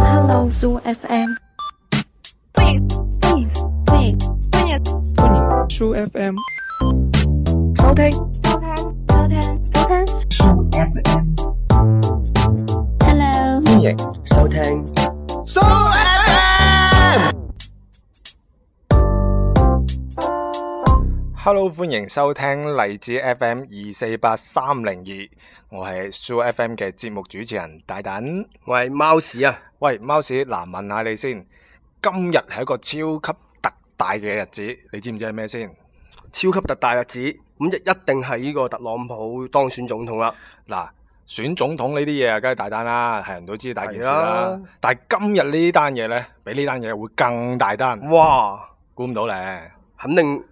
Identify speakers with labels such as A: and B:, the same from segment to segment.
A: 蘇 FM。
B: True FM。
C: 收聽，
A: Hello，
C: 歡迎收聽。
D: Hello，歡迎收聽荔枝 FM 二四八三零二，我係 Soo FM 嘅節目主持人大躉。
C: 我係貓屎啊，
D: 喂，貓屎，嗱，問下你先，今日係一個超級特大嘅日子，你知唔知係咩先？
C: 超級特大日子，咁就一定係呢個特朗普當選總統啦。
D: 嗱，選總統呢啲嘢啊，梗係大單啦，係人都知大件事
C: 係
D: 啦
C: 啊。
D: 但係今日呢單嘢呢，比呢單嘢會更大
C: 嗯
D: 單，
C: 哇，
D: 估唔到咧。
C: 肯定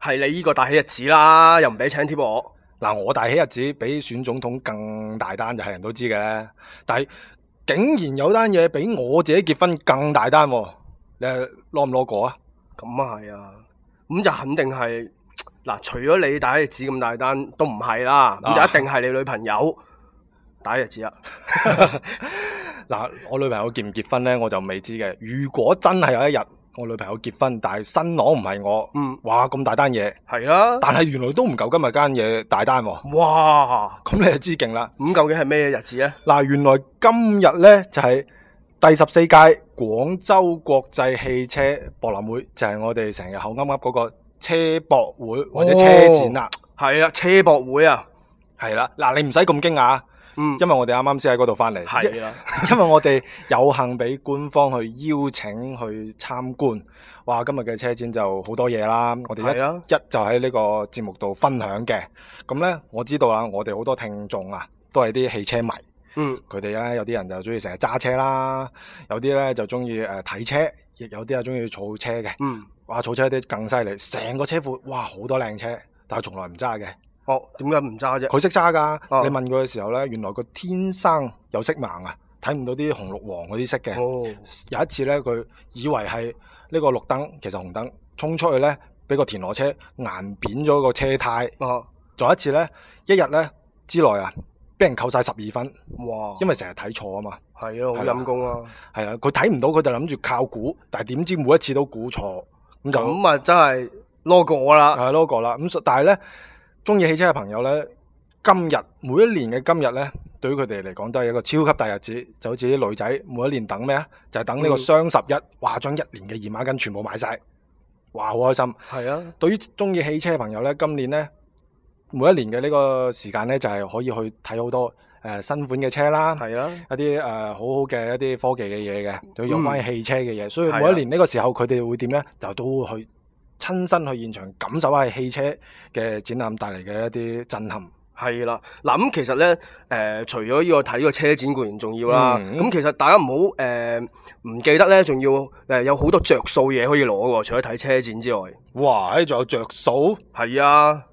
C: 係你呢個大喜日子啦，又唔俾請帖我。
D: 嗱，我大喜日子比選總統更大單，就係人都知嘅咧。但係竟然有單嘢比我自己結婚更大單喎，你係攞唔攞過啊？
C: 咁啊係啊，咁就肯定係嗱，除咗你大喜日子咁大單都唔係啦，咁
D: 啊
C: 就一定係你女朋友大喜日子啦。啊
D: 嗱，我女朋友結唔結婚咧，我就未知嘅。如果真係有一日我女朋友結婚，但係新郎唔係我，
C: 嗯，
D: 哇咁大單嘢，
C: 係啦。
D: 但係原來都唔夠今日間嘢大單喎，
C: 哇，
D: 咁你就知勁啦。
C: 咁究竟係咩日子咧？
D: 嗱，原來今日咧就係、第十四屆廣州國際汽車博覽會，就係、我哋成日口噏噏嗰個車博會或者車展啦。
C: 係啊，車博會啊。
D: 係啦、嗱你唔使咁驚訝，
C: 嗯，
D: 因為我哋啱啱先喺嗰度翻嚟，
C: 係啦。
D: 因 為我哋有幸俾官方去邀請去參觀，哇！今日嘅車展就好多嘢啦，我哋一
C: 係啊
D: 一就喺呢個節目度分享嘅。咁呢，我知道啦，啊我哋好多聽眾啊，都係啲汽車迷，
C: 嗯，
D: 佢哋呢，有啲人就中意成日揸車啦，有啲呢就中意誒睇車，亦有啲係中啊意儲車嘅。
C: 嗯，
D: 哇！儲車啲更犀利，成個車庫哇好多靚車，但係從來唔揸嘅。
C: 哦，點解唔揸啫？
D: 佢識揸㗎，
C: 哦
D: 你問佢嘅時候呢，原來佢天生有色盲啊，睇唔到啲紅綠黃嗰啲色嘅。
C: 哦，
D: 有一次咧，佢以為係呢個綠燈，其實紅燈，衝出去咧，俾個田螺車硬扁咗個車胎。
C: 啊，
D: 仲有一次咧，一日咧之內啊，俾人扣晒十二分，
C: 哇，
D: 因為成日睇錯啊嘛。
C: 係咯，好
D: 係啦
C: 陰功啊！
D: 係啦，佢睇唔到，佢就諗住靠估，但係點知每一次都估錯，咁啊就
C: 咁啊啊，真係攞過啦，
D: 係 logo 啦。咁所但係咧，中意汽車嘅朋友咧，今日每一年嘅今日咧，對於佢哋嚟講都係一個超級大日子，就好似啲女仔每一年等咩啊？就係、等呢個
C: 嗯
D: 雙十一，哇！將一年嘅姨媽巾全部買晒，哇！好開心。
C: 係啊，
D: 對於中意汽車嘅朋友咧，今年咧每一年嘅呢個時間咧，就係、可以去睇好多誒、呃新款嘅車啦。
C: 係啊，
D: 一啲誒、呃好好嘅一啲科技嘅嘢嘅，就有關於汽車嘅嘢，所以
C: 係啊
D: 每一年呢個時候佢哋會點呢？就都會去親身去現場感受下汽車嘅展覽帶嚟嘅一啲震撼。
C: 係啦。嗱，咁其實咧，誒，除咗呢個睇個車展固然重要啦，
D: 嗯
C: 咁其實大家唔好誒唔記得咧，仲要誒有好多着數嘢可以攞喎，除咗睇車展之外，
D: 哇！誒，仲有着數
C: 係啊。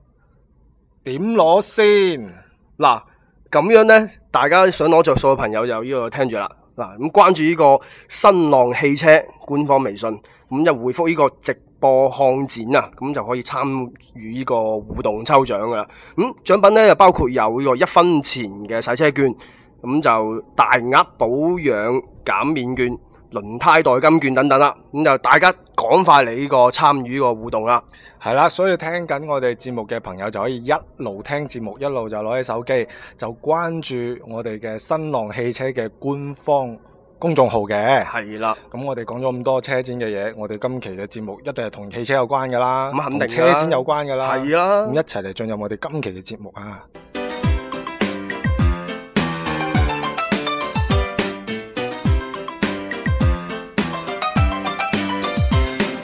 D: 點攞先？
C: 嗱，咁樣呢，大家想攞着數嘅朋友就呢個聽住啦。嗱，咁關注呢個新浪汽車官方微信，咁就回覆呢個直播看展啊，咁就可以參與呢個互動抽獎噶啦。咁獎品呢，就包括有呢個一分錢嘅洗車券，咁就大額保養減免券、輪胎代金券等等啦。咁就大家趕快嚟呢個參與呢個互動啦。
D: 係啦，所以聽緊我哋節目嘅朋友就可以一路聽節目，一路就攞起手機就關注我哋嘅新浪汽車嘅官方公眾號嘅。
C: 係啦，
D: 咁我哋講咗咁多車展嘅嘢，我哋今期嘅節目一定係同汽車有關噶啦，
C: 咁肯定
D: 同
C: 㗎
D: 車
C: 啦
D: 展有關噶啦，
C: 係啦
D: 咁一。齊嚟進入我哋今期嘅節目啊！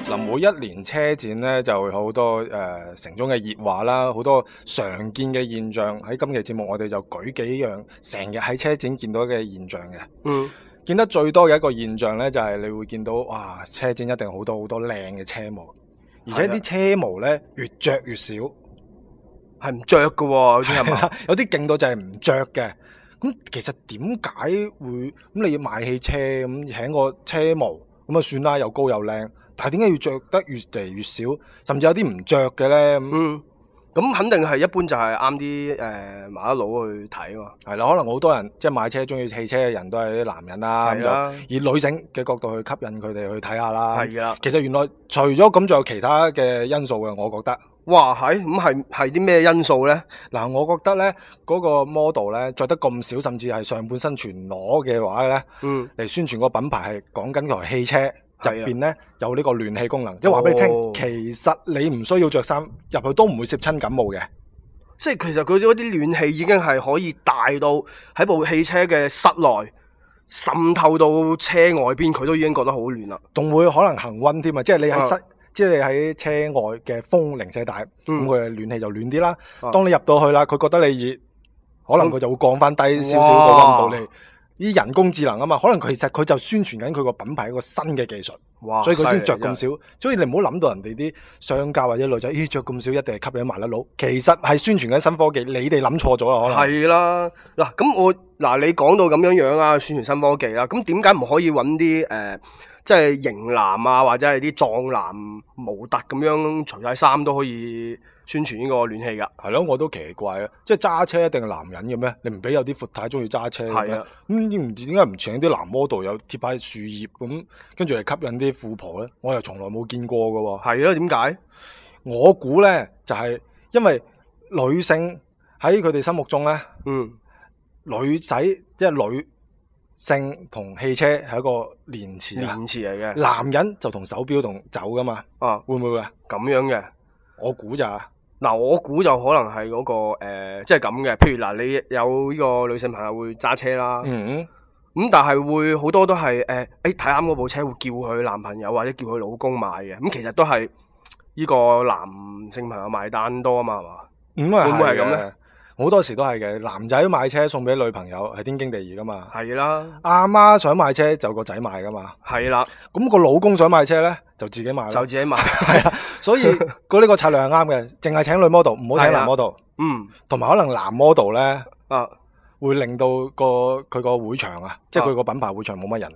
D: 嗱，每一年車展咧就會好多誒、呃城中嘅熱話啦，好多常見嘅現象。喺今期節目我哋就舉幾樣成日喺車展見到嘅現象嘅。
C: 嗯，
D: 見得最多嘅一個現象呢，就係、你會見到哇，車展一定好多好多靚嘅車模，而且
C: 係啊
D: 啲車模呢，越着越少，有
C: 係唔着 㗎喎，有啲人話
D: 啲勁到就係唔着嘅。咁其實點解會咁你要買汽車咁請個車模咁啊算啦，又高又靚，但係點解要着得越嚟越少，甚至有啲唔着嘅呢？咁
C: 嗯，咁肯定係一般就係啱啲誒麻甩佬去睇嘛，
D: 係啦，可能好多人即係買車中意汽車嘅人都係啲男人啦，咁
C: 係
D: 就
C: 啦，
D: 以女性嘅角度去吸引佢哋去睇下啦。
C: 係啊啦，
D: 其實原來除咗咁，仲有其他嘅因素嘅，我覺得。
C: 哇係，咁係係啲咩因素咧？
D: 嗱，我覺得咧嗰、個 model 咧着得咁少，甚至係上半身全裸嘅話咧，
C: 嗯，
D: 嚟宣傳個品牌係講緊台汽車
C: 係啊
D: 入邊咧有呢個暖氣功能，即係話俾你聽，
C: 哦
D: 其實你唔需要着衫入去都唔會攝親感冒嘅。
C: 即係其實佢嗰啲暖氣已經係可以大到喺部汽車嘅室內滲透到車外邊，佢都已經覺得好暖啦。
D: 仲會可能恒温添啊！即係你喺室，即係你喺車外嘅風零舍大，咁
C: 嗯
D: 佢嘅暖氣就暖啲啦。
C: 啊
D: 當你入到去啦，佢覺得你熱，可能佢就會降翻低少少個温度
C: 哇
D: 你。啲人工智能啊嘛，可能其實佢就宣傳緊佢個品牌一個新嘅技術，
C: 哇！
D: 所以佢
C: 犀
D: 先
C: 利啊
D: 着咁，少。所以你唔好諗到人哋啲商家或者女仔，咦着咁少一定係吸引麻甩佬。其實係宣傳緊新科技，你哋諗錯咗啊啦，可
C: 真
D: 能。
C: 係係啦。嗱，咁我嗱你講到咁樣樣啊，宣傳新科技啦，咁點解唔可以揾啲誒，即係型男啊，或者係啲壯男模特咁樣除晒衫都可以宣傳呢個暖氣㗎？
D: 係咯，我都奇怪啊！即係揸車一定係男人嘅咩？你唔俾有啲闊太中意揸車嘅咩
C: 係啊
D: 咁唔知點解唔請啲男 model 有貼牌樹葉咁，跟住嚟吸引啲富婆咧？我又從來冇見過嘅喎。
C: 係咯，點解？
D: 我估咧就係、因為女性喺佢哋心目中咧，
C: 嗯，
D: 女仔即係女性同汽車係一個連詞啊
C: 連詞嚟嘅
D: 男人就同手錶同酒噶嘛，
C: 啊，
D: 會唔會啊？
C: 咁樣嘅。
D: 我估咋？
C: 嗱，我估就可能係嗰、個呃即係咁嘅。譬如嗱，你有呢個女性朋友會揸車啦，咁、
D: 嗯，
C: 但係會好多都係誒，誒睇啱嗰部車會叫佢男朋友或者叫佢老公買嘅。咁、其實都係呢個男性朋友買單多啊嘛，係嘛？
D: 咁啊
C: 會唔會係
D: 嘅
C: 咁呢？
D: 好多時都係嘅，男仔買車送俾女朋友係天經地義噶嘛。
C: 係啦，
D: 阿媽想買車就個仔買噶嘛，
C: 係啦，
D: 咁個老公想買車咧就自己買
C: 就
D: 咯。
C: 自 己買。
D: 係啊，所以佢呢個策略係啱嘅，淨係請女 model，唔好請男
C: 係啊
D: model，
C: 嗯
D: 同埋可能男 model 咧
C: 啊，
D: 會令到個佢個會場啊，即係佢個品牌會場冇乜人，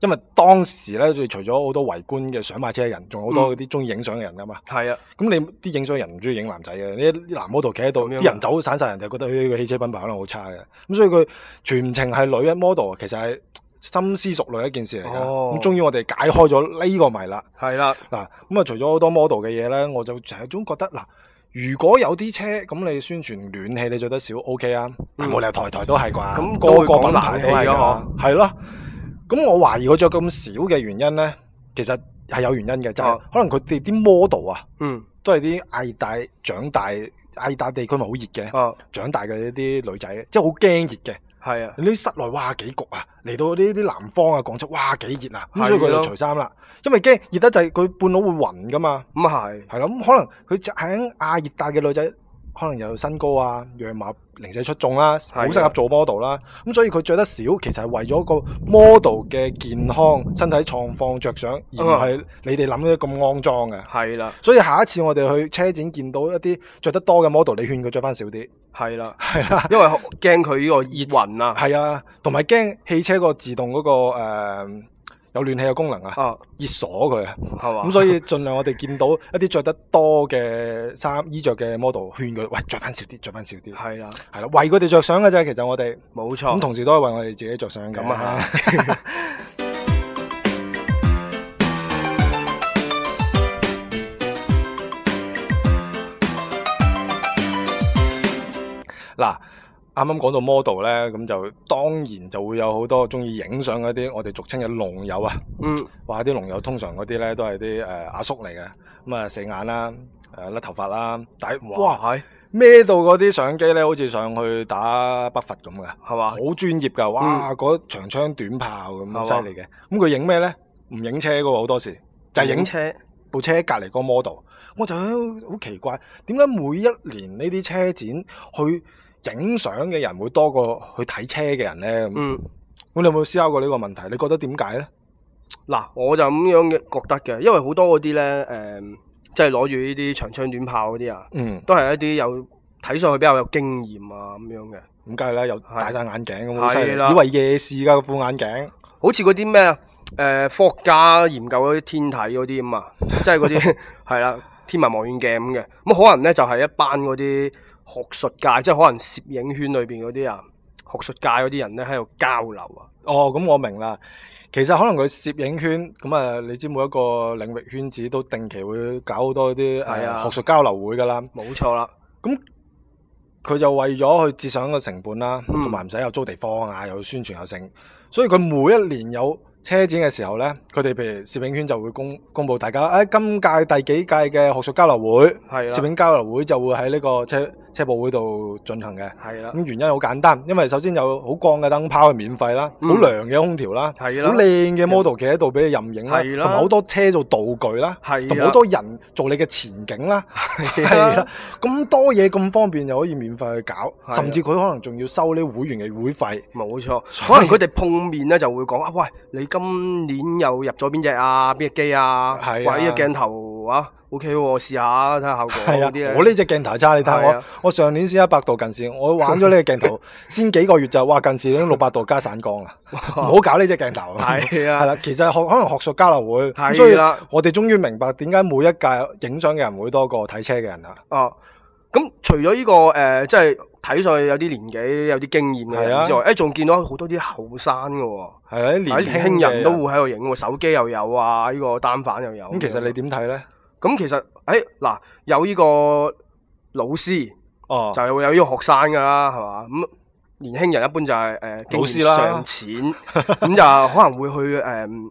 D: 因為當時咧除咗好多圍觀嘅想買車嘅人，仲有好
C: 嗯
D: 多嗰啲中意影相嘅人噶嘛。
C: 係啊，
D: 咁你啲影相人唔中意影男仔嘅，你啲男 model 企喺度，
C: 咁樣啊
D: 啲人走散晒，人就覺得佢個汽車品牌可能好差嘅。咁所以佢全程係女人 model，其實係深思熟慮一件事嚟嘅。
C: 哦
D: 咁終於我哋解開咗呢個謎啦。
C: 係啦，
D: 嗱，咁啊除咗好多 model 嘅嘢咧，我就成日總覺得嗱，如果有啲車咁你宣傳暖氣你做得少 OK 啊，但
C: 嗯
D: 冇理由台台都係啩，
C: 咁都
D: 個
C: 會
D: 個
C: 講
D: 品牌都係
C: 冷氣
D: 㗎
C: 啊，
D: 係咯。咁我懷疑佢着咁少嘅原因咧，其實係有原因嘅，就係、
C: 哦
D: 可能佢哋啲 model 啊。
C: 嗯
D: 都係啲亞熱帶長大亞熱帶地區咪好熱嘅，
C: 啊，
D: 長大嘅一啲女仔，即係好驚熱嘅。
C: 係啊，
D: 你啲室內哇幾焗啊，嚟到呢啲南方啊廣州哇幾熱啊，咁
C: 係
D: 所以佢就
C: 咯
D: 除衫啦，因為驚熱得滯，佢半路會暈噶嘛，
C: 咁係
D: 係咯，咁可能佢喺亞熱帶嘅女仔。可能有身高啊、樣貌零舍出眾啦，好
C: 啊
D: 適合做 model 啦，咁所以佢着得少，其實係為咗個 model 嘅健康、身體狀況着想，而唔
C: 哦
D: 係你哋諗嘅咁骯髒嘅。
C: 係啦，
D: 所以下一次我哋去車展見到一啲着得多嘅 model，你勸佢着翻少啲，
C: 係啦，
D: 係啦，
C: 因為驚佢呢個熱 暈啊，
D: 係啊，同埋驚汽車個自動嗰、個、誒有暖氣嘅功能啊，
C: 啊，
D: 熱鎖佢啊，
C: 係嘛？
D: 咁所以盡量我哋見到一啲着得多嘅衫衣着嘅 model，勸佢喂着翻少啲，着翻少啲，
C: 係啦，
D: 係啦，為佢哋着想嘅啫，其實我哋
C: 冇錯
D: 咁。同時都係為我哋自己着想嘅，
C: 哦咁啊
D: 嗱，啱啱講到 model 咧，咁就當然就會有好多中意影相嗰啲，我哋俗稱嘅龍友啊。
C: 嗯，
D: 話啲龍友通常嗰啲咧都係啲誒呃阿叔嚟嘅，咁啊四眼啦，誒、甩頭髮啦，但係哇
C: 哇，係
D: 孭到嗰啲相機咧，好似上去打北伐咁嘅，
C: 係嘛？
D: 好專業㗎，哇嗰、長槍短炮咁
C: 嘛
D: 好犀利嘅。咁佢影咩咧？唔影車嘅喎，好多時就係影
C: 車，
D: 部車隔離個 model，我就喺度好奇怪，點解每一年呢啲車展去影相嘅人會多過去睇車嘅人咧？咁、
C: 嗯，
D: 咁你有冇思考過呢個問題？你覺得點解咧？
C: 嗱，我就咁樣嘅覺得嘅，因為好多嗰啲咧，誒、即係攞住呢啲長槍短炮嗰啲啊，
D: 嗯，
C: 都係一啲有睇上去比較有經驗啊咁樣嘅，
D: 咁梗係啦，又
C: 係
D: 戴晒眼鏡咁好犀利，
C: 係啦
D: 以為夜視㗎個副眼鏡，
C: 好似嗰啲咩啊，誒、科學家研究嗰啲天體嗰啲咁啊，即係嗰啲 係啦，天文望遠鏡咁嘅。咁可能咧就係一班嗰啲學術界，即係可能攝影圈裏邊嗰啲啊，學術界嗰啲人咧喺度交流啊。
D: 哦，咁我明啦。其實可能佢攝影圈咁啊，你知每一個領域圈子都定期會搞好多啲
C: 係
D: 誒
C: 啊
D: 學術交流會噶啦。
C: 冇錯啦，
D: 咁佢就為咗去節省個成本啦，
C: 嗯
D: 同埋唔使又租地方啊，又要宣傳又剩，所以佢每一年有車展嘅時候呢，佢哋譬如攝影圈就會公公佈大家，誒、今屆第幾屆嘅學術交流會、
C: 係
D: 攝
C: 啦，
D: 影交流會就會喺呢個車車博會度進行嘅。
C: 係啦，
D: 咁原因好簡單，因為首先有好光嘅燈泡係免費啦，好
C: 嗯
D: 涼嘅空調啦，好
C: 係啦
D: 靚嘅 model 企喺度俾你任影啦，
C: 係
D: 同
C: 啦
D: 埋好多車做道具啦，
C: 係啦
D: 同埋好多人做你嘅前景啦，係
C: 係
D: 啦
C: 啦，，
D: 咁多嘢咁方便又可以免費去搞，
C: 係啊
D: 甚至佢可能仲要收呢會員嘅會費。
C: 冇錯。
D: 所
C: 可
D: 以
C: 能佢哋碰面咧就會講啊，喂，你今年又入咗邊只啊？邊只機啊？
D: 係啊
C: 喂，呢個鏡頭啊，OK 喎，試下睇下效果
D: 係啊
C: 嗰啲，
D: 我呢只鏡頭差，你睇下
C: 係
D: 我
C: 啊，
D: 我上年先一百度近視，我玩咗呢個鏡 頭，先幾個月就哇近視已經六百度加散光啦，唔好搞呢只鏡頭。
C: 係
D: 係
C: 啊，
D: 啦，其實學可能學術交流會，咁所以
C: 係啦，
D: 我哋終於明白點解每一屆影相嘅人會多過睇車嘅人啦。
C: 啊，咁除咗呢個誒，即係睇上去有啲年紀、有啲經驗嘅
D: 係啊
C: 人之外，誒，仲見到好多啲後生嘅喎。
D: 係啊，
C: 係
D: 啲
C: 年輕人都會喺度影喎，手機又有啊，呢、個單反又有。
D: 咁。其實你點睇咧？
C: 咁其實，誒、嗱，有呢個老師
D: 哦，
C: 就有呢個學生噶啦，係嘛？咁年輕人一般就係、誒、經
D: 老
C: 驗
D: 師啦
C: 尚淺， 咁就可能會去誒、嗯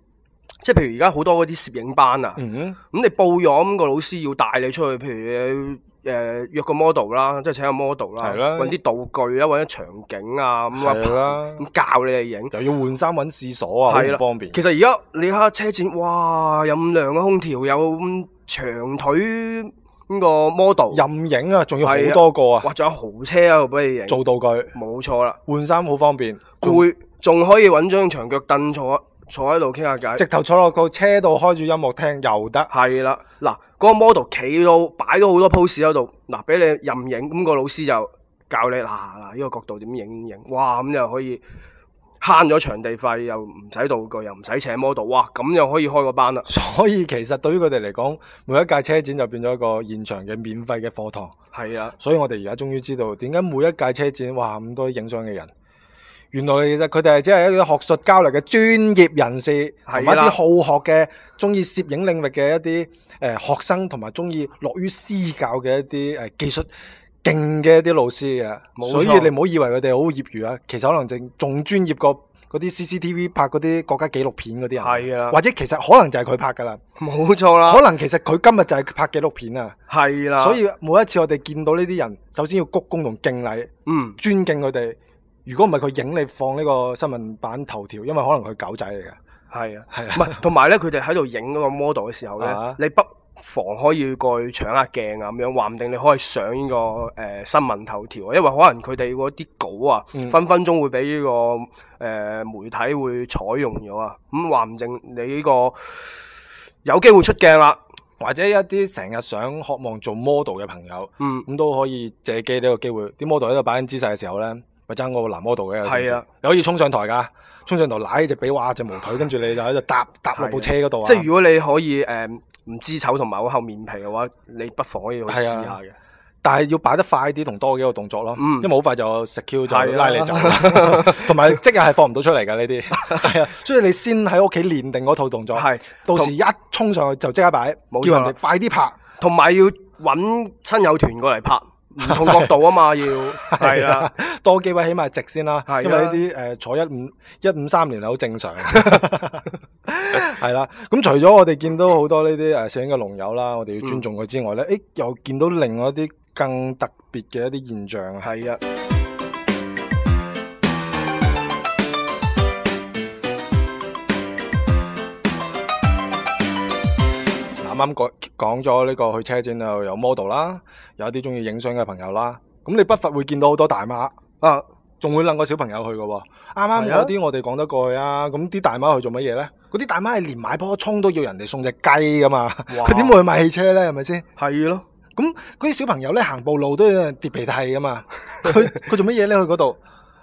C: 即係譬如而家好多嗰啲攝影班啊，咁、
D: 嗯，
C: 你報咗，咁、個老師要帶你出去，譬如誒、約個 model 啦，即係請個 model 啦，
D: 係啦
C: 揾啲道具啦，揾啲場景啊，咁
D: 係
C: 啊，
D: 啦，
C: 咁教你哋影。
D: 又要換衫揾廁所啊，好
C: 係啦
D: 唔方便。
C: 其實而家你睇下車展，哇，有咁涼嘅空調，有咁長腿呢個 model，
D: 任影啊，仲要好
C: 係啊
D: 多個啊，
C: 或者有豪車喺度俾你影，
D: 做道具
C: 冇錯啦，
D: 換衫好方便，仲
C: 攰，仲可以揾張長腳凳坐坐喺度傾下偈
D: 直，頭坐落個車度開住音樂聽又得。
C: 係啦，嗱，嗰、個 model 企到擺咗好多 pose 喺度，嗱，俾你任影，咁、個老師就教你嗱嗱呢個角度點影影，哇，咁就可以慳咗場地費，又唔使道具，又唔使請 model，哇，咁就可以開個班啦，
D: 所以其實對於佢哋嚟講，每一屆車展就變咗一個現場嘅免費嘅課堂。
C: 係啊。
D: 所以我哋而家終於知道點解每一屆車展哇咁多影相嘅人，原來其實佢哋係只係一個學術交流嘅專業人士，同
C: 係
D: 埋一
C: 啦
D: 啲好學嘅、中意攝影領域嘅一啲誒、呃、學生，同埋中意樂於施教嘅一啲誒、呃、技術勁嘅一啲老師嘅。
C: 冇
D: 所以
C: 錯
D: 你唔好以為佢哋好業餘啊，其實可能正仲專業過。嗰啲 CCTV 拍嗰啲國家紀錄片嗰啲人，
C: 係啊
D: 或者其實可能就係佢拍㗎啦，
C: 冇錯啦，
D: 可能其實佢今日就係拍紀錄片啊，
C: 係啦，
D: 所以每一次我哋見到呢啲人，首先要鞠躬同敬禮，
C: 嗯
D: 尊敬佢哋。如果唔係佢影你放呢個新聞版頭條，因為可能佢狗仔嚟嘅，
C: 係啊，
D: 係
C: 唔係同埋咧，佢哋喺度影嗰個 model 嘅時候咧，
D: 啊
C: 你不妨可以過去搶下鏡啊咁樣，話唔定你可以上呢、個誒、呃新聞頭條啊，因為可能佢哋嗰啲稿啊，
D: 嗯
C: 分分鐘會俾呢、個誒、呃媒體會採用咗啊，咁話唔定你呢、個有機會出鏡啦，
D: 或者一啲成日想渴望做 model 嘅朋友，
C: 嗯，
D: 咁都可以借機呢個機會。啲 model 喺度擺緊姿勢嘅時候咧，咪爭嗰個男 model 嘅，有陣時
C: 係啊，
D: 你可以衝上台㗎，衝上台揦只髀，哇只毛腿，跟住你就喺度搭搭落部車嗰度啊。
C: 即係如果你可以誒唔、知醜同埋好厚面皮嘅話，你不妨可以去試
D: 係啊
C: 下嘅，
D: 但係要擺得快啲同多幾個動作咯，
C: 嗯
D: 因為好快就食 Q 就
C: 係啊
D: 拉你走啦， 同埋即日係放唔到出嚟㗎呢啲，係啊，所以你先喺屋企練定嗰套動作，
C: 係
D: 到時一衝上去就即刻擺，
C: 冇錯
D: 叫
C: 啦
D: 人哋快啲拍，
C: 同埋要揾親友團過嚟拍，唔同角度啊嘛， 要係
D: 啊
C: 啊啦，，
D: 多幾位起碼係直先啦
C: 係，啊
D: 因為呢啲誒坐一五一五三年係好正常， 係啦。咁除咗我哋見到好多呢啲誒攝影嘅龍友啦，我哋要尊重佢之外咧，
C: 嗯
D: 誒又見到另外一啲更特別嘅一啲現象啊。
C: 係啊，
D: 啱啱講講咗呢個去車展度有 model 啦，有一啲中意影相嘅朋友啦，咁你不乏會見到好多大媽，
C: 啊
D: 仲會擸個小朋友去嘅喎。啱啱
C: 係啊
D: 嗰啲我哋講得過去啊，咁啲大媽去做乜嘢咧？嗰啲大媽係連買棵葱都要人哋送隻雞噶嘛，
C: 哇
D: 佢點會去買汽車咧？係咪先？
C: 係咯，
D: 咁嗰啲小朋友咧行步路都要跌鼻涕噶 嘛，佢佢做乜嘢咧？去嗰度，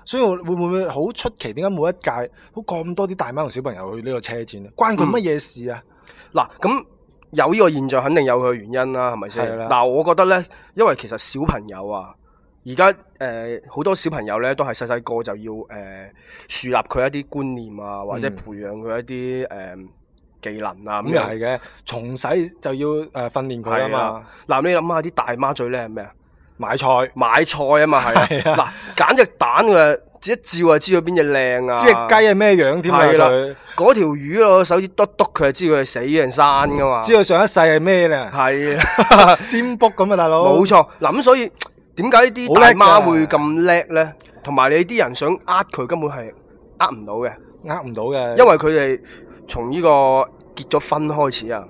D: 所以我會唔會好出奇？點解每一
C: 嗯
D: 啊屆都咁多啲大媽同小朋友去呢個車展咧？關佢乜嘢事啊？
C: 嗱咁有呢個現象，肯定有佢嘅原因啦，係咪
D: 係
C: 先？
D: 啦
C: 嗱，我覺得呢，因為其實小朋友啊，而家誒好多小朋友呢，都係細細個就要誒、呃、樹立佢一啲觀念啊，或者
D: 嗯
C: 培養佢一啲誒、呃技能啊咁
D: 咁又
C: 樣。
D: 係嘅，從細就要誒訓練佢啊
C: 係
D: 嘛
C: 啊，嗱，你諗下啲大媽最叻係咩啊？
D: 買菜。
C: 買菜啊嘛，係
D: 係
C: 啊。嗱，揀只蛋嘅，只一照就知佢邊只靚啊。
D: 知只雞係咩樣添啊？
C: 係啦
D: 佢
C: 嗰條魚咯，手指篤篤佢就知佢係死定生噶嘛。
D: 知道上一世係咩 咧？
C: 係啊。
D: 占卜咁啊，大佬。
C: 冇錯，嗱咁所以點解啲
D: 好叻
C: 大
D: 㗎
C: 媽會咁叻咧？同埋你啲人想呃佢根本係呃唔到嘅，
D: 呃唔到嘅，
C: 因為佢哋從呢個結咗婚開始啊，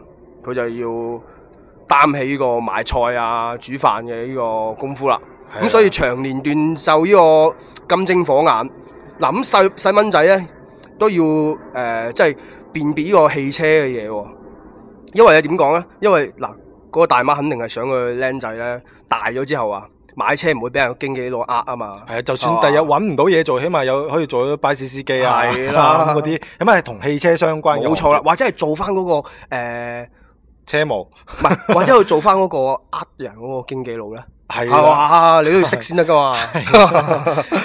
C: 佢就要擔起呢個買菜啊、煮飯嘅呢個功夫啦。
D: 係啊
C: 咁所以長年段受呢個金睛火眼，嗱咁細細蚊仔咧都要誒、呃即係辨別呢個汽車嘅嘢喎。因為點講咧？因為嗱，嗰、個大媽肯定係想佢僆仔咧大咗之後啊，買車唔會俾人經紀佬呃啊嘛。
D: 係啊，就算第日
C: 啊
D: 揾唔到嘢做，起碼有可以做咗巴士司機啊，
C: 係啦
D: 咁嗰啲，起碼係同汽車相關嘅。
C: 冇錯啦，，或者係做翻嗰、個、呃
D: 車模
C: 唔係，或者佢做翻嗰個呃人嗰個經紀佬咧，
D: 係啊
C: 係
D: 啦，
C: 嘛？你都要識先得噶嘛。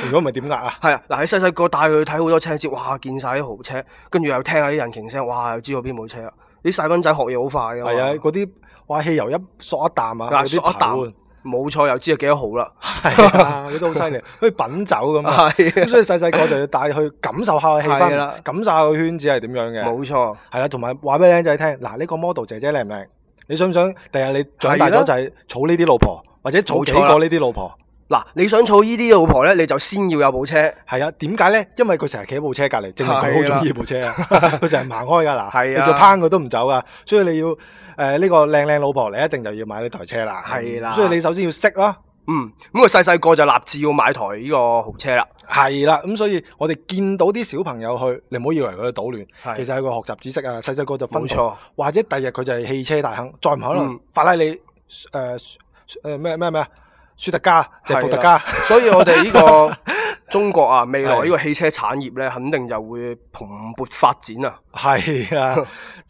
D: 如果唔係點呃啊？
C: 係啊，嗱，你細細個帶佢去睇好多車節，哇，見晒啲豪車，跟住又聽下啲引擎聲，哇，又知道邊部車啊！啲細蚊仔學嘢好快噶嘛。
D: 係啊，嗰啲哇汽油一索一啖啊，
C: 嗱
D: 嗰啲
C: 索一啖
D: 頭
C: 冇錯，又知道幾多號啦。
D: 係啊，嗰啲好犀利，好似品酒咁 啊。
C: 係
D: 咁所以細細個就要帶佢去感受下個氣
C: 係啦
D: 氛，感受下個圈子係點樣嘅。
C: 冇錯，
D: 係啦，同埋話俾僆仔聽，嗱呢個 model 姐姐靚唔靚？你想唔想第日你長大咗就係娶呢啲老婆，或者娶幾
C: 冇錯啦
D: 個呢啲老婆？
C: 嗱，你想儲呢啲老婆咧，你就先要有部車。
D: 係啊，點解咧？因為佢成日企喺部車隔離，證明佢
C: 係啦
D: 好中意部車啊！佢成日唔行開㗎嗱，
C: 係啊
D: 你叫攀佢都唔走㗎，所以你要呃誒呢、個靚靚老婆，你一定就要買呢台車啦。
C: 係啦
D: 所以你首先要識啦。
C: 嗯，咁佢細細個就立志要買台呢個豪車啦。
D: 係啦，咁所以我哋見到啲小朋友去，你唔好以為佢係搗亂，
C: 係
D: 其實係佢學習知識啊，細細個就分
C: 冇
D: 到
C: 錯，
D: 或者第日佢就係汽車大亨，再唔可能
C: 嗯
D: 法拉利誒誒咩咩咩啊，舒特加就係伏特加，
C: 所以我哋呢個中國啊，未來呢個汽車產業咧，肯定就會蓬勃發展啊！
D: 係啊！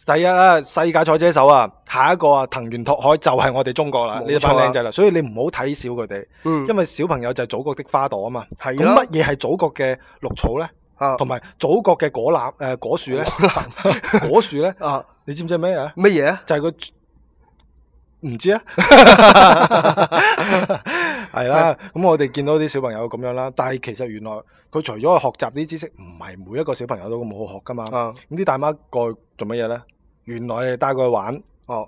D: 第一啦，世界賽車手啊，下一個啊藤原拓海就係我哋中國啦，
C: 冇
D: 呢
C: 錯
D: 班
C: 啊
D: 靚仔啦，所以你唔好睇小佢哋，
C: 嗯
D: 因為小朋友就係祖國的花朵啊嘛。
C: 係
D: 咁
C: 啦
D: 乜嘢係祖國嘅綠草咧？
C: 啊
D: 同埋祖國嘅果籃誒果樹咧，果樹咧，
C: 啊
D: 你知唔知係咩啊？
C: 乜嘢啊？
D: 就係佢唔知啊， 係啦。咁我哋見到啲小朋友咁樣啦，但係其實原來佢除咗去學習啲知識，唔係每一個小朋友都咁好學噶嘛。咁
C: 啊
D: 啲大媽過去做乜嘢咧？原來你哋帶佢去玩，
C: 哦，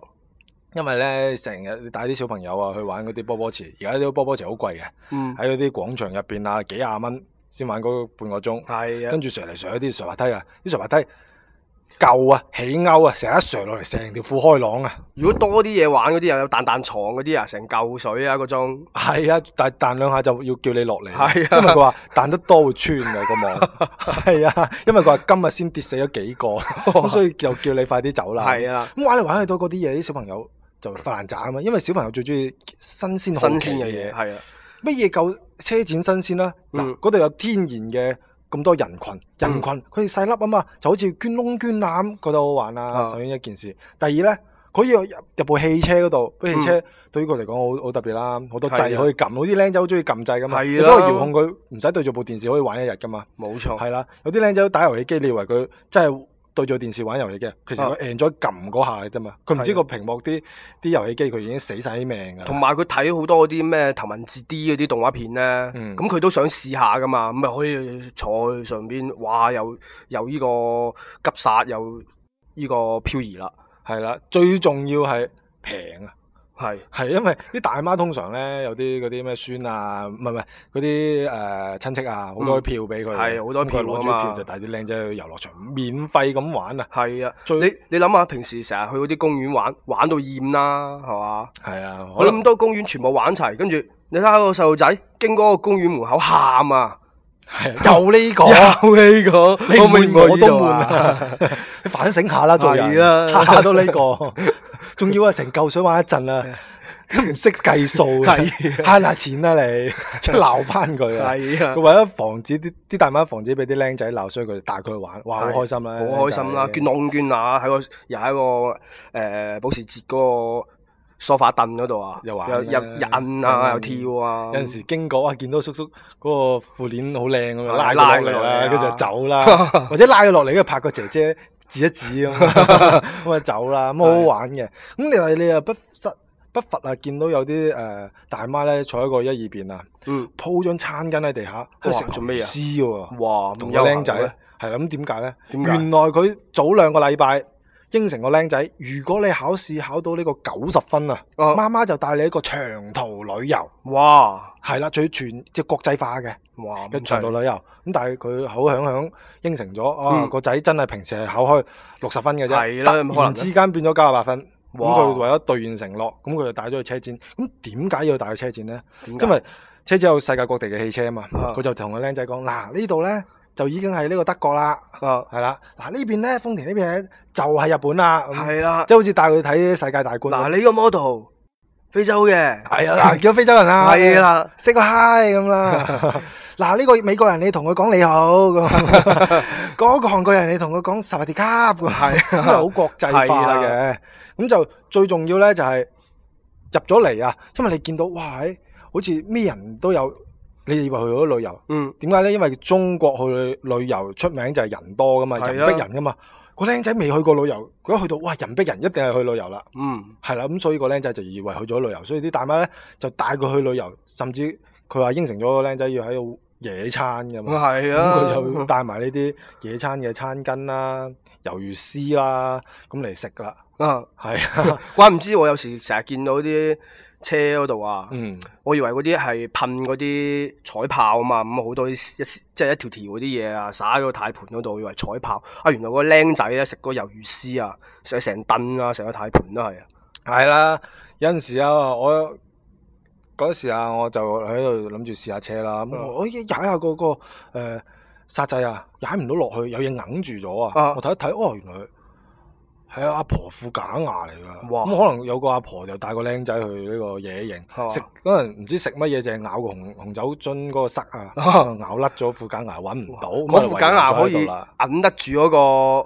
D: 因為咧成日你帶啲小朋友啊去玩嗰啲波波池，而家啲波波池好貴嘅，
C: 嗯，
D: 喺嗰啲廣場入邊啊幾廿蚊先玩嗰半個鐘。
C: 係啊
D: 跟，住上嚟上一啲上滑梯啊，啲上滑梯舊啊，起鈎啊，成日一上落嚟，成條褲開朗啊，
C: 如果多啲嘢玩嗰啲，又啊有彈彈床嗰啲啊，成嚿水啊個鐘，
D: 係啊，但係彈兩下就要叫你落嚟，
C: 係啊
D: 因為佢話彈得多會穿啊個網， 係啊，因為佢話今日先跌死咗幾個，咁所以就叫你快啲走啦。
C: 係啊，
D: 咁玩嚟玩去到嗰啲嘢，啲小朋友就發爛渣啊嘛，因為小朋友最中意新鮮好
C: 新
D: 奇
C: 鮮嘅
D: 嘢
C: 嘢，，係啊，
D: 乜嘢夠車展新鮮啦？嗱、
C: 嗯
D: 嗰度有天然嘅咁多人群，人群佢哋細粒啊嘛，就好似捐窿捐罅咁，覺得好玩啦。
C: 啊
D: 首先一件事，第二咧，佢要入入部汽車嗰度，啲汽車對於佢嚟講好好特別啦，好多掣
C: 嗯係啊
D: 可以撳，好啲僆仔好中意撳掣噶嘛，
C: 係
D: 你
C: 啦哦
D: 幫佢遙控佢，唔使對住部電視可以玩一日噶嘛，
C: 冇錯，
D: 係啊啦。有啲僆仔打遊戲機，你以為佢真係對住電視玩遊戲嘅，其實
C: 啊
D: 佢 enjoy 撳嗰下嘅啫嘛，佢唔知
C: 係啊
D: 個屏幕啲啲遊戲機佢已經死晒啲命㗎啦。
C: 同埋佢睇好多嗰啲咩頭文字 D 嗰啲動畫片咧，
D: 嗯
C: 咁佢都想試下噶嘛，咁咪可以坐去上邊，哇，又又呢個急剎，又呢個漂移啦，
D: 係啦，最重要係平啊，
C: 係
D: 係因為啲大媽通常咧有啲嗰啲咩孫啊，唔係唔係嗰啲誒親戚啊，好多
C: 嗯
D: 票俾佢，
C: 係好多
D: 咁佢
C: 票啊
D: 攞住
C: 嘛
D: 啲票就帶啲靚仔去遊樂場，免費咁玩啊，
C: 係啊，
D: 最
C: 你你諗下，平時成日去嗰啲公園玩，玩到厭啦，係嘛？
D: 係啊，
C: 我諗咁多公園全部玩齊，跟住你睇下個細路仔經過個公園門口喊啊！
D: 係啊 有呢個，
C: 有呢個，
D: 你
C: 我
D: 悶
C: 明
D: 我都悶啊，你反省下啦，做人
C: 係啦
D: 下下都呢個，仲要啊成嚿水玩一陣啊，唔識計數嘅，
C: 係啊
D: 慳下錢啦你， 即係鬧翻佢啊！
C: 係啊
D: 佢。為咗防止啲啲大媽防止俾啲僆仔鬧衰佢，帶佢去玩，哇，好
C: 係啊
D: 開心啦！
C: 好開心啦，
D: 僆仔
C: 捐窿捐罅喺個又喺個誒保時捷嗰個梳化凳嗰度啊，
D: 又玩
C: 又
D: 啦
C: 又又摁啊，又跳啊，
D: 有陣時經過啊，見到叔叔嗰個褲鏈好靚咁樣，
C: 係
D: 拉佢落嚟
C: 拉佢落嚟啊
D: 啦，跟住就走 啦，或者拉佢落嚟，跟住拍個姐姐指一指咁， 咁啊走啦，咁好好玩嘅。咁你話你又不失不乏啊，見到有啲誒大媽咧坐喺個一二邊啊，
C: 嗯，
D: 鋪張餐巾喺地下，喺度食
C: 做咩啊
D: 牛絲喎，
C: 哇，
D: 同
C: 咁
D: 個
C: 有
D: 僆
C: 靚
D: 仔啊係啦。咁點解咧？
C: 點解
D: 原來佢早兩個禮拜。應承個僆仔，如果你考試考到呢個九十分啊，
C: 哦
D: 媽媽就帶你一個長途旅遊。
C: 哇
D: 係啦，最全即係國際化嘅
C: 哇，
D: 嘅
C: 咁
D: 長途旅遊。咁但係佢口響響應承咗，啊
C: 嗯
D: 個仔真係平時係考開六十分嘅
C: 係
D: 啫，
C: 啦咁
D: 突
C: 可能
D: 然之間變咗九十八分。咁
C: 哇
D: 佢為咗兑現承諾，咁佢就帶咗去車展。咁點解要帶去車展呢？
C: 真係
D: 因為車展有世界各地嘅汽車啊嘛，
C: 啊
D: 佢就同個僆仔講：嗱呢度呢，就已經係呢個德國啦，
C: 點解啊
D: 係啦，嗱呢邊呢，豐田呢邊就係日本啦，咁
C: 係啦，
D: 即係好似帶佢睇世界大觀咁。
C: 嗱你個 model 非洲嘅，
D: 係啊，嗱 叫非洲人啦，
C: 係啊啦，
D: 識個 hi 咁 啦。嗱呢個美國人你同佢講你好咁，嗰個韓國人你同佢講十華迪卡咁，係啊
C: 啊
D: 咁就好國際化
C: 係
D: 嘅。咁就最重要咧就係入咗嚟啊，因為你見到哇，喺好似咩人都有，你以為去咗旅遊？
C: 嗯，
D: 點解咧？因為中國去旅遊出名就係人多噶嘛，
C: 係啊
D: 人逼人噶嘛。個僆仔未去過旅遊，佢一去到哇人逼人，一定係去旅遊啦。
C: 嗯，
D: 係啦，咁所以個僆仔就以為去咗旅遊，所以啲大媽咧就帶佢去旅遊，甚至佢話應承咗個僆仔要喺度野餐㗎嘛，
C: 係
D: 咁
C: 啊，
D: 佢就帶埋呢啲野餐嘅餐巾啦、魷魚絲啦，咁嚟食㗎啦，
C: 啊，
D: 係啊，
C: 怪唔知我有時成日見到啲車嗰度啊，
D: 嗯，
C: 我以為嗰啲係噴嗰啲彩炮啊嘛，咁好多啲一即係一條條嗰啲嘢啊，撒喺個太盤嗰度，以為彩炮啊，原來個僆仔咧食嗰個魷魚絲啊，食成燉啊，成個太盤都係啊，
D: 係啦，有陣時啊，我嗰時啊，我就喺度諗住試下車啦，
C: 嗯
D: 咁我我一踩下嗰個誒剎掣啊，踩唔到落去，有嘢揞住咗
C: 啊
D: 啊，我睇一睇，哦，原來。係啊，阿婆副假牙嚟㗎，
C: 哇
D: 咁可能有個阿婆就帶個僆仔去呢個野
C: 係嘛
D: 營，食可能唔知食乜嘢，淨係咬個紅紅酒樽嗰個塞啊，咬甩咗副假牙，揾唔到，咁
C: 嗰
D: 就
C: 副
D: 遺
C: 假牙
D: 留咗
C: 可
D: 喺
C: 以
D: 度啦
C: 揞得住嗰、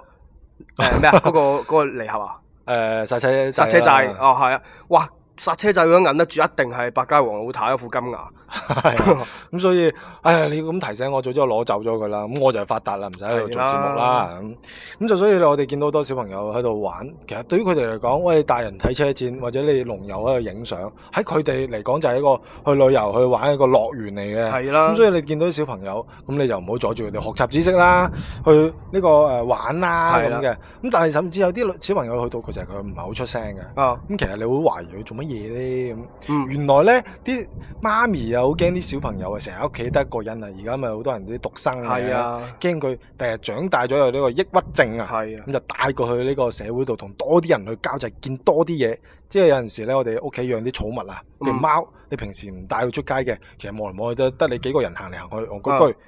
C: 個誒咩啊？嗰、個嗰個離合 啊，
D: 誒剎車
C: 剎車掣
D: 啦
C: 哦，係啊，哇！剎車掣如果揞得住，一定係百佳王老太嗰副金牙。
D: 係啊咁所以，哎呀，你咁提醒我，早知我攞走咗佢啦，咁我就係發達啦，唔使喺度做節目啦。咁咁就所以我哋見到好多小朋友喺度玩，其實對於佢哋嚟講，喂，你大人睇車展或者你龍遊喺度影相，喺佢哋嚟講就係一個去旅遊去玩一個樂園嚟嘅。
C: 係啦
D: 咁所以你見到啲小朋友，咁你就唔好阻住佢哋學習知識啦，去呢個誒玩啦
C: 係
D: 咁
C: 啦
D: 嘅。咁但係甚至有啲小朋友去到佢成日佢唔係好出聲嘅。
C: 啊，
D: 咁其實你會懷疑佢做乜嘢咧咁。
C: 嗯，
D: 原來咧啲媽咪啊，好驚啲小朋友啊，成日喺屋企得一個人啊。而家咪好多人啲獨生嘅
C: 係，啊，
D: 驚佢第日長大咗有呢個抑鬱症啊。
C: 係啊，
D: 咁就帶過去呢個社會度，同多啲人去交際，見多啲嘢。即係有陣時咧，我哋屋企養啲寵物啊，譬如
C: 嗯
D: 貓，你平時唔帶佢出街嘅，其實望嚟望去都得你幾個人行嚟行去，
C: 啊
D: 戇居居。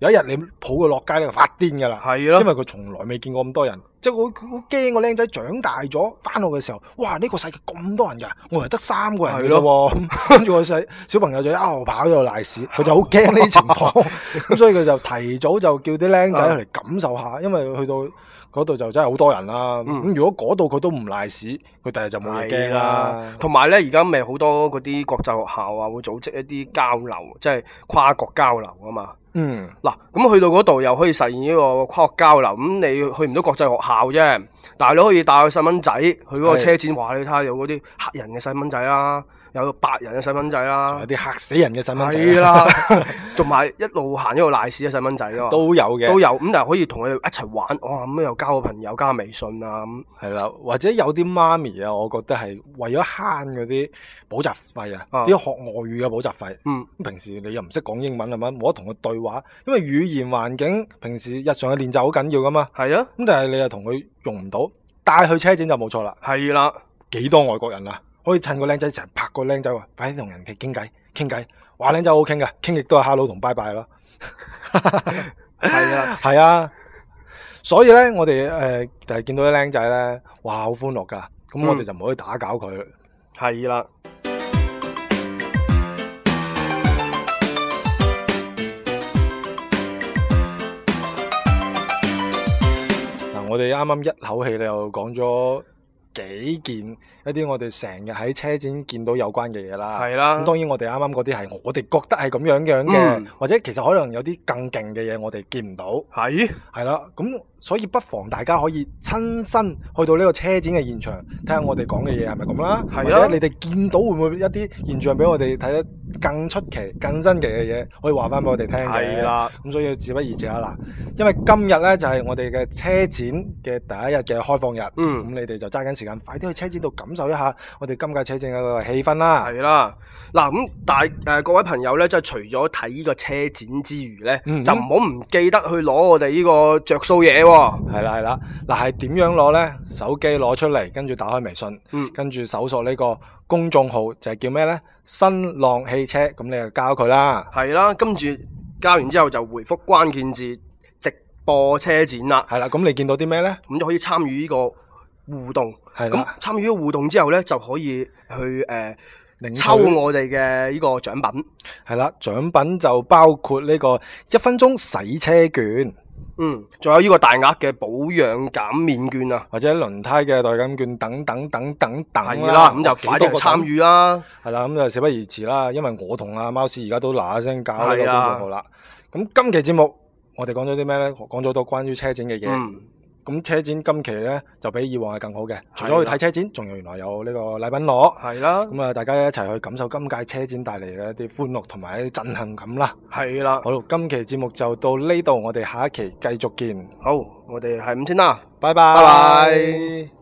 D: 有一日你抱佢落街咧，佢發癲㗎啦。
C: 係咯
D: 因為佢從來未見過咁多人，即係我好驚個僆仔長大咗翻學嘅時候，哇！呢、個世界咁多人㗎，我係得三個人嘅啫喎，咁跟住個細小朋友就一路跑一路賴屎，佢就好驚呢啲情 況，咁所以佢就提早就叫啲僆
C: 啊
D: 仔嚟感受下，因為去到嗰度就真係好多人啦。咁、
C: 嗯
D: 如果嗰度佢都唔賴屎，佢第日就冇嘢驚啦。
C: 同埋咧，而家咪好多嗰啲國際學校啊，會組織一啲交流，即係跨國交流啊嘛。
D: 嗯，
C: 嗱，咁去到嗰度又可以實現呢個跨國交流。咁你去唔到國際學校啫，但係你可以帶個細蚊仔去嗰個
D: 係
C: 車展，話你睇下有嗰啲黑人嘅細蚊仔啦，有白人嘅細蚊仔
D: 仲
C: 啦
D: 有，啲嚇死人嘅細蚊仔啊
C: 係啦，同埋一路行一路賴屎嘅細蚊仔啊嘛，
D: 都有嘅，
C: 都有。咁但係可以同佢哋一齊玩，哇！咁又交個朋友，加個微信啊咁。
D: 係啦，或者有啲媽咪啊，我覺得係為咗慳嗰啲補習費啊，
C: 啊
D: 啲學外語嘅補習費。
C: 嗯，
D: 咁平時你又唔識講英文係咪？冇得同佢對話，因為語言環境平時日常嘅練習好緊要噶嘛。
C: 係啊，
D: 咁但係你又同佢用唔到，帶去車展就冇錯啦。
C: 係啦，
D: 幾多外國人啊，可以趁個僆仔成日拍個僆仔話，快啲同人哋傾偈傾偈。話僆仔好傾噶，傾極都係 hello 同 bye bye 咯。
C: 係啦，
D: 係啊，所以咧，我哋誒就係見到啲僆仔咧，哇，好歡樂噶。咁我哋
C: 嗯
D: 就唔可以打攪佢。
C: 係啦。
D: 我哋啱啱一口氣咧又講咗幾件一啲我哋成日喺車展見到有關嘅嘢啦。
C: 係啊啦
D: 啊咁當然我哋啱啱嗰啲係我哋覺得係咁樣樣嘅，
C: 嗯
D: 或者其實可能有啲更勁嘅嘢我哋見唔到。
C: 係
D: 係啦，咁所以不妨大家可以親身去到呢個車展嘅現場，睇下我哋講嘅嘢係咪咁啦，
C: 係啊
D: 或者你哋見到會唔會一啲現象俾我哋睇得更出奇、更新奇嘅嘢，可以話翻俾我哋聽嘅。
C: 係，啦，
D: 咁所以自不宜遲下啦，因為今日呢就係我哋嘅車展嘅第一日嘅開放日，咁、
C: 嗯
D: 你哋就揸緊時間，快啲去車展度感受一下我哋今屆車展嘅個氣氛啦。
C: 係啦。嗱咁，但係誒各位朋友咧，即係除咗睇呢個車展之餘咧，
D: 嗯
C: 就唔好唔記得去攞我哋呢個着數嘢喎。
D: 係啦係啦，嗱係點樣攞呢？手機攞出嚟，跟住打開微信，
C: 嗯
D: 跟住搜索呢個公眾號就係叫咩呢？新浪汽車，咁你就交佢啦。
C: 係啦，跟住交完之後就回覆關鍵字直播車展啦，
D: 係啦，咁你見到啲咩呢？
C: 咁就可以參與呢個互動。
D: 係啦
C: 咁，參與咗互動之後咧，就可以去誒、呃
D: 領取
C: 抽我哋嘅呢個獎品。
D: 係啦，獎品就包括呢個一分鐘洗車券。
C: 嗯，仲有呢個大額嘅保養減免券啊，
D: 或者輪胎嘅代金券等等等等等
C: 係啦，咁就快啲去參。與啦。
D: 係啦，咁就事不宜遲啦，因為我同阿貓屎而家都嗱嗱聲搞呢個公
C: 係
D: 眾
C: 啊
D: 號啦。咁今期節目我哋講咗啲咩呢？講咗好多關於車展嘅嘢。
C: 嗯，
D: 咁車展今期咧就比以往係更好嘅，除
C: 係
D: 咗去
C: 啦
D: 睇車展，仲有原來有呢個禮品攞，
C: 係啦，
D: 咁啊大家一齊去感受今屆車展帶嚟嘅一啲歡樂同埋一啲震撼感啦。
C: 係啦。
D: 好，今期節目就到呢度，我哋下一期繼續見，
C: 好，我哋係咁先啦。
D: 拜拜
C: 拜拜